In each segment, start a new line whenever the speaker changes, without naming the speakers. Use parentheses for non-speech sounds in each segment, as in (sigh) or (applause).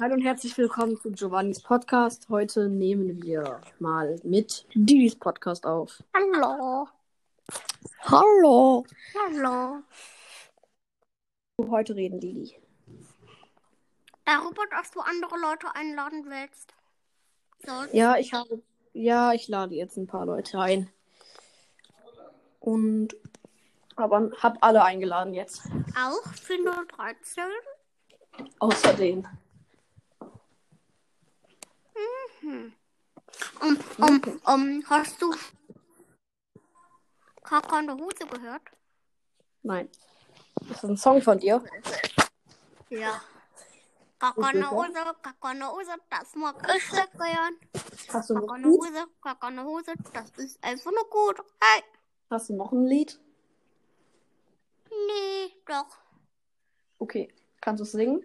Hallo und herzlich willkommen zu Giovannis Podcast. Heute nehmen wir mal mit Didis Podcast auf.
Hallo.
Hallo.
Hallo.
Heute reden Didi.
Darüber, dass du andere Leute einladen willst. Sonst?
Ja, ich habe. Ja, ich lade jetzt ein paar Leute ein. Und. Aber hab alle eingeladen jetzt.
Auch für nur 13?
Außer den.
Um, um, um, hast du Kaka in der Hose gehört?
Nein. Ist das ein Song von dir?
Ja. Kaka in der Hose, Kaka in der Hose, das mag ich sehr gern.
Hast du
Kaka
noch,
in der
gut?
Hose, Kaka in der Hose, das ist einfach nur gut. Hey.
Hast du noch ein Lied?
Nee, doch.
Okay. Kannst du es singen?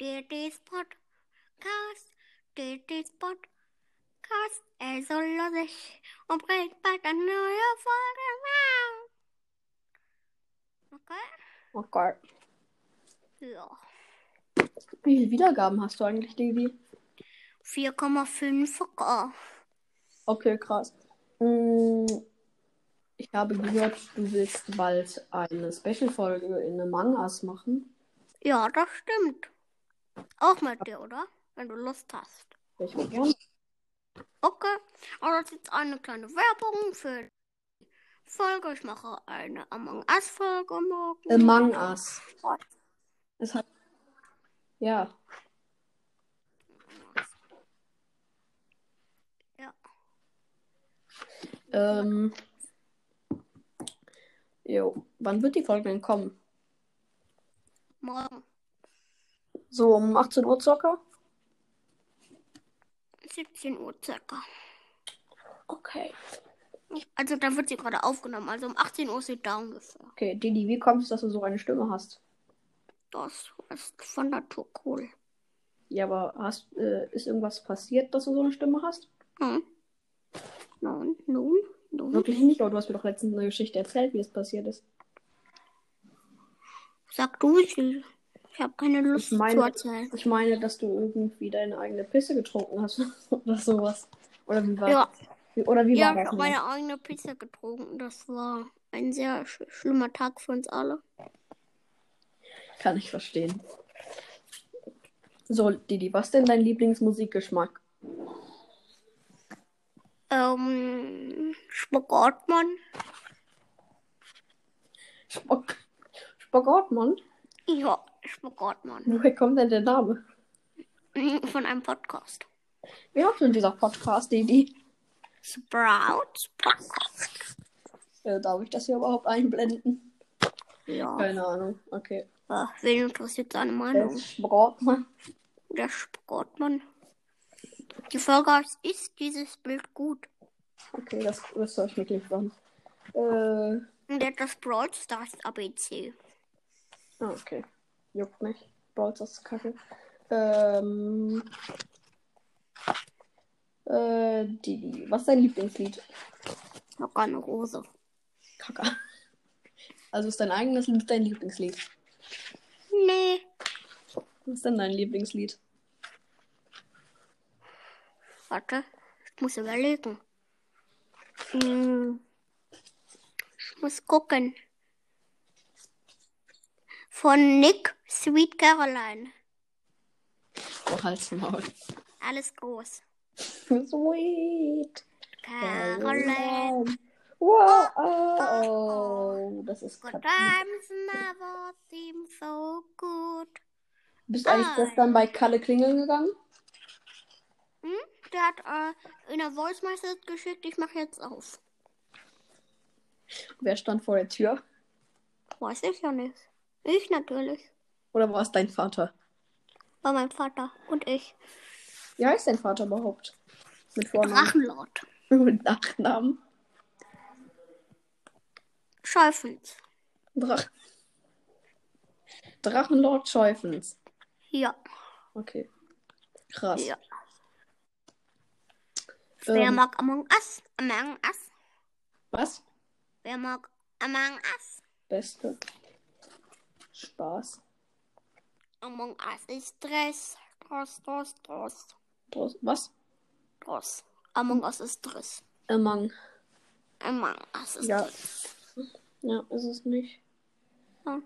DD's Podcast, DD's Podcast, es soll lustig und bringt bald eine neue Folge raus. Okay?
Oh Gott.
Ja.
Wie viele Wiedergaben hast du eigentlich, Didi?
4,5K.
Okay, krass. Mm, Ich habe gehört, du willst bald eine Special-Folge in einem Mangas machen.
Ja, das stimmt. Auch mit dir, oder? Wenn du Lust hast.
Ich würde gerne.
Okay. Und das ist jetzt eine kleine Werbung für die Folge. Ich mache eine Among Us-Folge morgen.
Among Us.
Gott.
Es hat. Ja.
Ja.
Ähm. Jo. Wann wird die Folge denn kommen?
Morgen.
So um 18 Uhr circa?
17 Uhr circa.
Okay.
Also da wird sie gerade aufgenommen. Also um 18 Uhr ist sie da ungefähr.
Okay, Didi, wie kommt es, dass du so eine Stimme hast?
Das ist von Natur cool.
Ja, aber hast, äh, ist irgendwas passiert, dass du so eine Stimme hast?
Hm? Nun, nun, nun.
Wirklich nicht, aber du hast mir doch letztens eine Geschichte erzählt, wie es passiert ist.
Sag du sie. Ich habe keine Lust
meine-
zu erzählen.
Ich meine, dass du irgendwie deine eigene Pisse getrunken hast (laughs) oder sowas. Oder wie war,
Ja,
wie, oder wie
ich
war
habe
das?
auch meine eigene Pizza getrunken. Das war ein sehr sch schlimmer Tag für uns alle.
Kann ich verstehen. So, Didi, was ist denn dein Lieblingsmusikgeschmack?
Ähm, Spuck Ortmann.
Spock. Spock Ortmann?
Ja, Spuck Ortmann.
Woher kommt denn der Name?
(laughs) Von einem Podcast.
Wie macht denn dieser Podcast, Didi?
Sprouts Podcast.
Äh, darf ich das hier überhaupt einblenden?
Ja,
Keine Ahnung. Okay.
äh, wen interessiert seine
Der
Meinung?
Spock Ortmann.
Der Sportmann. Die Folge heißt, ist dieses Bild gut?
Okay, das, das soll ich mir gleich sagen. Äh,
Und der hat das Brawl Stars ABC.
ah, okay. Juckt mich. Brawl Stars ist kacke. Ähm. Äh, Didi. Was ist dein Lieblingslied?
Locker eine Rose.
Kacke. Also ist dein eigenes Lied dein Lieblingslied?
Nee,
Was ist denn dein Lieblingslied?
warte. Ich muss überlegen. Hm. Ich muss gucken. Von Nick Sweet Caroline.
Oh, halt's Maul. (laughs)
Alles groß.
Sweet.
Ah, Caroline.
Wow. Oh, das ist
Good
kacke.
times never seem so good.
Bist du eigentlich gestern bei Kalle Klingeln gegangen?
Der hat äh, in der Voice Message geschickt. Ich mache jetzt auf.
Wer stand vor der Tür?
Weiß ich ja nicht. Ich natürlich.
Oder war es dein Vater?
War mein Vater und ich.
Wie heißt dein Vater überhaupt? Mit Vornamen.
Drachenlord.
(laughs) Mit Nachnamen.
Schäufens.
Drach Drachenlord Scheufens.
Ja.
Okay. Krass.
ja. Wer
Ähm,
mag Among Us? Among Us?
was?
Wer mag Among Us?
Beste. Spaß.
Among Us ist Stress. Stress, Stress, Stress.
Dros- Was?
Stress. Among Us ist Stress.
Among.
Among Us ist
Ja.
Stress.
Ja, ist es nicht.
Ja.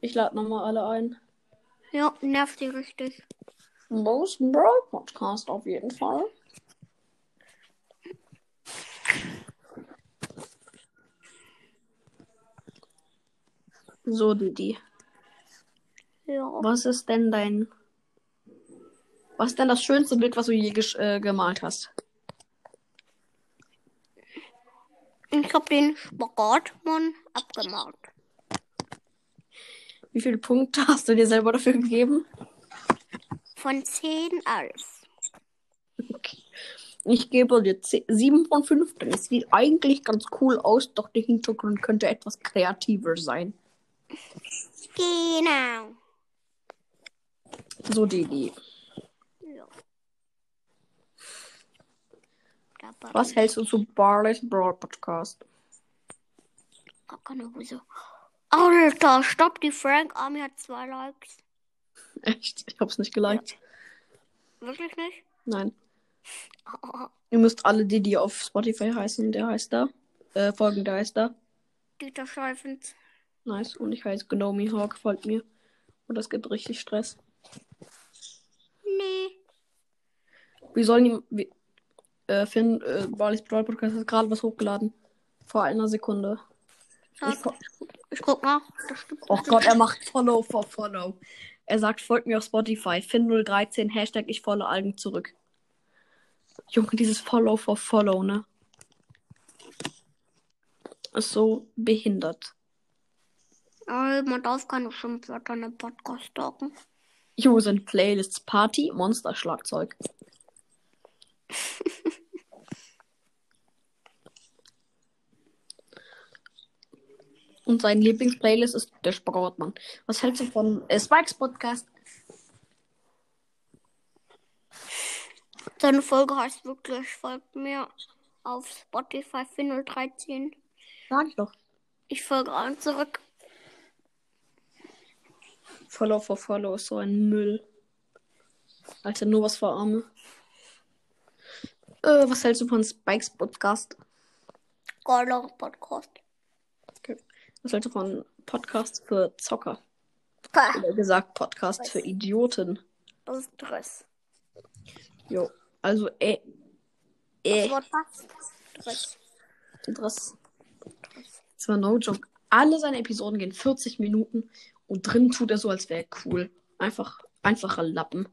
Ich lade nochmal alle ein.
Ja, nervt die richtig.
Most Brawl Podcast auf jeden Fall. So, Didi.
Ja.
Was ist denn dein. Was ist denn das schönste Bild, was du je gesch- äh, gemalt hast?
Ich hab den Spagatmann abgemalt.
Wie viele Punkte (laughs) hast du dir selber dafür gegeben?
Von 10 auf.
Okay. Ich gebe dir 10 7 von 5, denn es sieht eigentlich ganz cool aus, doch der Hintergrund könnte etwas kreativer sein.
Genau.
So, Didi.
Ja. Da war
Was hältst du zu Barley's Brawl Podcast? (laughs)
Gar keine Hose. Alter, stopp, die Frank Army hat zwei Likes.
Echt? Ich hab's nicht geliked.
Wirklich nicht? (laughs)
Nein.
Oh, oh, oh.
Ihr müsst alle die, die auf Spotify heißen, der heißt da. Äh, folgen, der heißt da.
Dieter Scheifens.
Nice. Und ich heiße Gnomi Hawk, folgt mir. Und das gibt richtig Stress.
Nee.
Wie sollen die. Wie, äh, Finn, äh, Barley's Brawl Podcast hat gerade was hochgeladen. Vor einer Sekunde.
Ja,
Ich, fo-
ich guck nach. Das stimmt.
oh Gott, er macht Follow for Follow. Er sagt, folgt mir auf Spotify. Finn013, Hashtag ich folge Algen zurück. Junge, dieses Follow for Follow, ne? Ist so behindert.
Äh, man darf keine Schimpfwörter in einem Podcast talken.
Jo, sind Playlists Party, Monster Schlagzeug. (laughs) Und sein Lieblingsplaylist ist der Sportmann. Was hältst du von äh, Spikes Podcast?
Seine Folge heißt wirklich, folgt mir auf Spotify 4013.
Sag ich doch.
Ich folge allen zurück.
Follow for Follow ist so ein Müll. Alter, nur was für Arme. Äh, was hältst du von Spikes Podcast?
Geiler Podcast.
Was hältst du von Podcasts für Zocker?
Pah,
Oder gesagt, Podcasts für Idioten.
Das ist Stress.
Jo, also äh, äh,
Das Wort passt. Stress.
das, das war no joke. Alle seine Episoden gehen 40 Minuten und drin tut er so, als wäre er cool. Einfach, einfacher Lappen.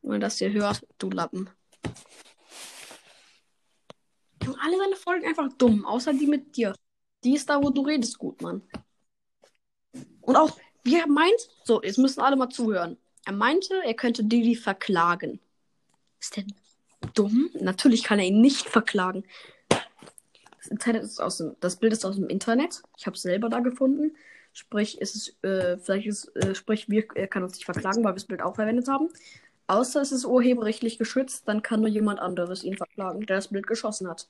Wenn ihr das hier hört, du Lappen. Und alle seine Folgen einfach dumm, außer die mit dir. Die ist da, wo du redest, gut, Mann. Und auch, wie er meint, so, jetzt müssen alle mal zuhören. Er meinte, er könnte Didi verklagen. Ist der dumm? Natürlich kann er ihn nicht verklagen. Das Internet ist aus dem, das Bild ist aus dem Internet. Ich habe es selber da gefunden. Sprich, ist es, äh, vielleicht ist, äh, sprich, wir, er kann uns nicht verklagen, weil wir das Bild auch verwendet haben. Außer es ist urheberrechtlich geschützt, dann kann nur jemand anderes ihn verklagen, der das Bild geschossen hat.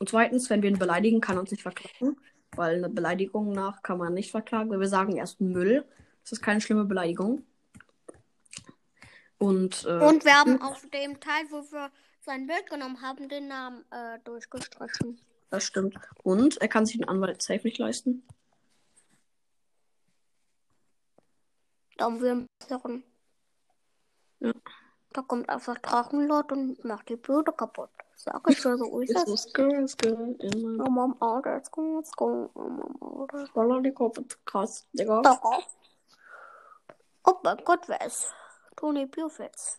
Und zweitens, wenn wir ihn beleidigen, kann er uns nicht verklagen, weil eine Beleidigung nach kann man nicht verklagen, weil wir sagen erst Müll. Das ist keine schlimme Beleidigung. Und, äh,
Und wir haben auf dem Teil, wo wir sein Bild genommen haben, den Namen äh, durchgestrichen.
das stimmt. Und er kann sich einen Anwalt safe nicht leisten.
Da haben wir einen besseren.
Ja.
Da kommt einfach Drachenlord und macht die Bilder kaputt. Sag ich dir,
(laughs)
so ist
Ist so
das.
skr, skr, in meinem
Oh, Mom, Alter, let's go, let's go. Oh, Mom, Alter.
Roller, die Kopf ist krass, Digga.
Doch. Oh mein Gott, wer ist? Toni Bufitz.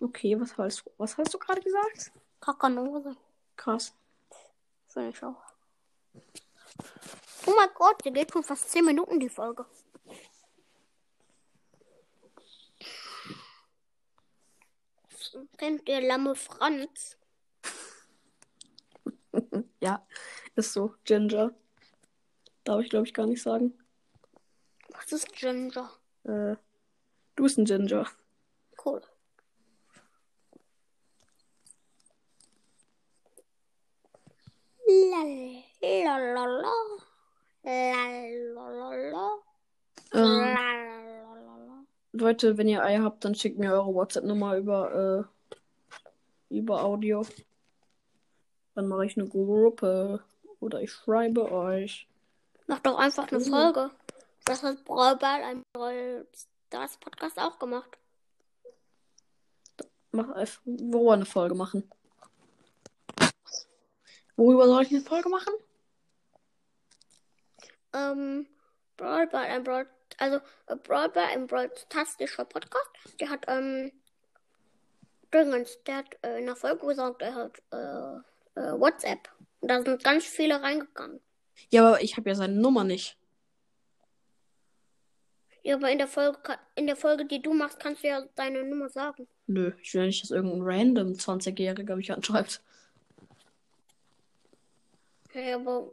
Oh.
Okay, was hast, was hast du gerade gesagt?
Kakanose.
Krass.
Finde ich auch. Oh mein Gott, die geht schon fast 10 Minuten, die Folge. Kennt ihr Lamme Franz?
Ja, ist so. Ginger. Darf ich, glaube ich, gar nicht sagen.
Was ist Ginger?
Äh, du bist ein Ginger.
Cool. Lalalala. Lalalala.
Ähm,
Lalalala.
Leute, wenn ihr Eier habt, dann schickt mir eure WhatsApp-Nummer über, äh, über Audio. Dann mache ich eine Gruppe. Oder ich schreibe euch.
Mach doch einfach eine
Mhm.
Folge. Das hat Brauball ein Brawl Stars Podcast auch gemacht.
Mach einfach, worüber eine Folge machen. Worüber soll ich eine Folge machen?
Ähm, Brawl Ball ein Brawl, also äh, Brawl Ball ein Brawl Tastischer Podcast. Der hat, ähm, Dingens, der hat äh, in der Folge gesagt, er hat, äh, äh, WhatsApp. Und da sind ganz viele reingegangen.
Ja, aber ich habe ja seine Nummer nicht.
Ja, aber in der Folge, ka- in der Folge, die du machst, kannst du ja deine Nummer sagen.
Nö, ich will ja nicht, dass irgendein random 20-Jähriger mich anschreibt.
Ja, aber.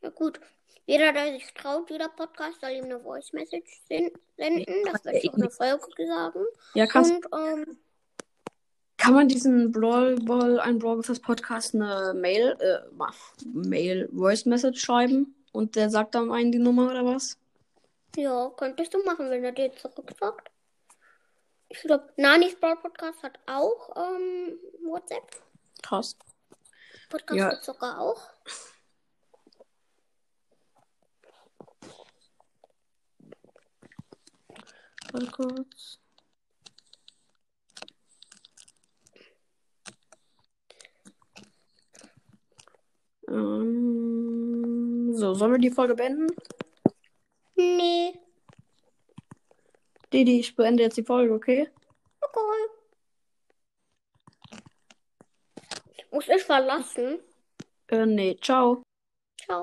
Ja, gut. Jeder, der sich traut, jeder Podcast soll ihm eine Voice Message sen- senden. Das werde ich auch in der Folge sagen.
Ja, kannst,
Und, ähm,
kann man diesen Brawl Ball, ein Brawl Stars Podcast, eine Mail, äh, ma- Mail, Voice Message schreiben? Und der sagt dann einen die Nummer oder was?
ja, könntest du machen, wenn er dir zurücksagt. Ich glaube, Nanis Brawl Podcast hat auch, ähm, WhatsApp.
Krass.
Podcast
Ja.
hat sogar auch.
Warte kurz. Ähm, so, sollen wir die Folge beenden?
Nee,
Didi, ich beende jetzt die Folge, okay?
okay. Muss ich verlassen?
Äh, nee, ciao.